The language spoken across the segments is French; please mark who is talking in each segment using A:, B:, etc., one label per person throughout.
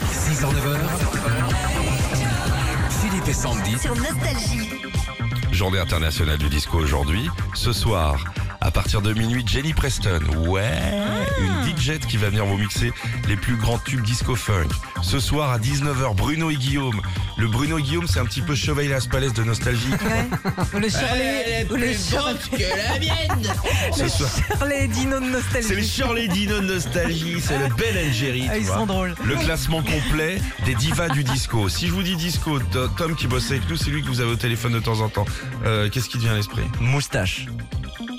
A: 6h, 9h. Philippe et Sandy.
B: sur Nostalgie.
C: Journée internationale du disco aujourd'hui. Ce soir, à partir de minuit, Jenny Preston. Ouais,
D: Ah.
C: une DJ qui va venir vous mixer les plus grands tubes disco funk. Ce soir à 19h, Bruno et Guillaume. Le Bruno et Guillaume, c'est un petit peu Chevalier Las Palais de nostalgie.
D: Le Shirley, le Shirley,
C: Ce soir,
D: Shirley Dino de
C: c'est le
D: nostalgie.
C: Shirley Dino de nostalgie, c'est le Bel Algérie.
D: Ah,
C: tu
D: ils
C: vois.
D: sont drôles.
C: Le classement complet des divas du disco. Si je vous dis disco, To- Tom qui bosse avec nous, c'est lui que vous avez au téléphone de temps en temps. Euh, Qu'est-ce qui te vient à l'esprit
A: Moustache.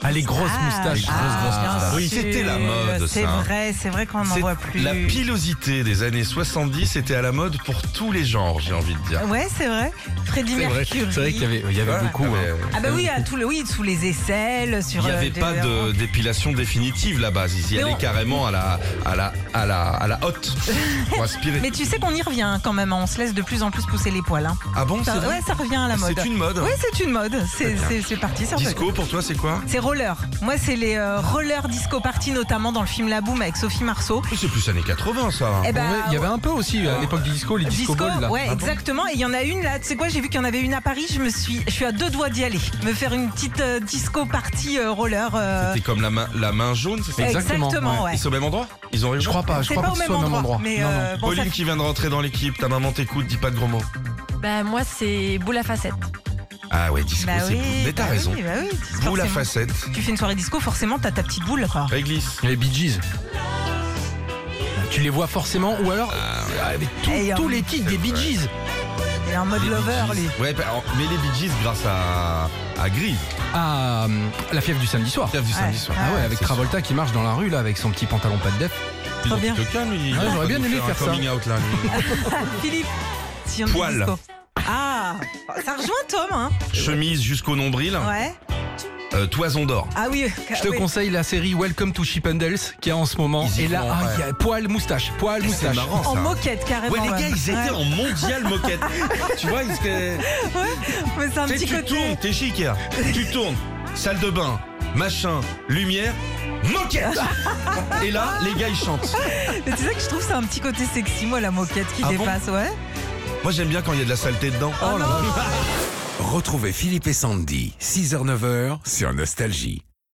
A: Ah, les grosses
D: Ah,
A: moustaches.
D: ah,
A: grosses, grosses
D: bien
A: moustaches.
C: Oui,
D: sûr.
C: c'était la mode,
D: C'est
C: ça, hein.
D: vrai, c'est vrai qu'on n'en
C: C'est-
D: voit plus.
C: La pilosité des années 70 était à la mode pour tous les genres, j'ai envie de dire.
D: Ouais, c'est vrai. Freddy
A: C'est vrai,
D: Mercury.
A: c'est vrai qu'il y avait, il y avait
C: Ouais,
A: beaucoup.
C: ouais.
A: hein.
D: Ah bah oui, à tout le, oui, sous les aisselles,
C: Il
D: sur.
C: n'y
D: euh,
C: avait
D: des-
C: pas de d'épilation définitive là-bas. Ils y
D: Mais
C: allaient
D: on-
C: carrément à la, à la, à la, à la hotte pour aspirer.
D: Mais tu sais qu'on y revient hein, quand même. hein. On se laisse de plus en plus pousser les poils. hein.
C: Ah bon, c'est
D: Ça-
C: vrai
D: ouais, ça revient à la mode.
C: C'est une mode.
D: Oui, c'est une mode. C'est-
C: bien.
D: C'est c'est parti, c'est revenu.
C: Disco pour toi, c'est quoi
D: C'est roller. Moi, c'est les euh, roller disco party, notamment dans le film La Boom avec Sophie Marceau.
C: C'est plus années 80 ça.
D: Eh ben,
A: Ouais, Ah il y avait un peu aussi euh, à l'époque du disco, les disco,
D: Disco,
A: balls, là.
D: ouais,
A: Ah bon
D: exactement. Et il y en a une là, tu sais quoi, j'ai vu qu'il y en avait une à Paris, je me suis, je suis à deux doigts d'y aller. Me faire une petite euh, disco party euh, roller. euh,
C: C'était comme la main, la main jaune, c'est ça
A: exactement, ouais.
D: Eh, ouais.
C: Ils sont au même endroit Ils ont réussi
A: Je crois pas, je
D: C'est
A: crois pas,
D: pas
A: que
D: au
A: ce soit
D: même
A: au même endroit.
D: endroit, mais
A: Non, non.
D: euh, bon, ça
C: Pauline qui vient de rentrer dans l'équipe, ta maman t'écoute, dis pas de gros mots.
E: Bah moi c'est boule à facettes.
C: Ah ouais, disco,
D: Bah
C: c'est
D: oui,
C: cool. Mais t'as
D: bah
C: raison.
D: oui, bah oui, c'est
C: Vous la
D: forcément.
C: facette,
D: Tu fais une soirée disco, forcément, t'as ta petite boule,
A: Bah,
D: quoi.
C: réglisse.
A: Les Bee Gees. Bah, Tu les vois forcément, ou alors avec tous-
D: Et en-
A: tous les titres des Bee Gees.
D: Et en mode
C: Les Bee
D: lover,
C: Gees.
D: lui.
C: Ouais, bah, alors, mais les Bee Gees grâce à, à Gris,
A: Ah, hum, la fièvre du samedi soir.
C: Fièvre du samedi soir.
A: Ah ouais, avec
C: C'est
A: Travolta qui marche dans la rue là avec son petit pantalon pas de def.
C: Il est
D: Trop bien.
C: plutôt calme, il-
A: Ouais,
C: il va
A: j'aurais bien
C: nous
A: aimé
C: un
A: faire ça.
C: coming out, là, lui.
D: Philippe, si on dit
C: Poil.
D: disco. Ah, ça rejoint Tom, hein.
C: Chemise jusqu'au nombril,
D: Ouais.
C: euh, toison d'or.
D: Ah oui.
A: Je te
D: oui.
A: conseille la série Welcome to Chippendales qui est en ce moment.
C: Ils y
A: Et là,
C: vont,
A: ah,
C: ouais.
A: il y a poil moustache, poil
C: C'est
A: Ah, moustache.
C: marrant ça.
D: En moquette, carrément.
C: Ouais, les gars, ils étaient
D: Ouais.
C: en mondial moquette. tu vois, ils se-
D: Mais c'est un
C: Tu sais,
D: petit
C: tu
D: côté.
C: tournes, t'es chic, hein. tu tournes, salle de bain, machin, lumière, moquette. Et là, les gars, ils chantent.
D: Mais tu sais que je trouve c'est un petit côté sexy, moi, la moquette qui
C: Ah bon
D: dépasse, ouais.
C: Moi, j'aime bien quand il y a de la saleté dedans.
D: Oh non.
F: Retrouvez Philippe et Sandy, 6h-9h sur Nostalgie.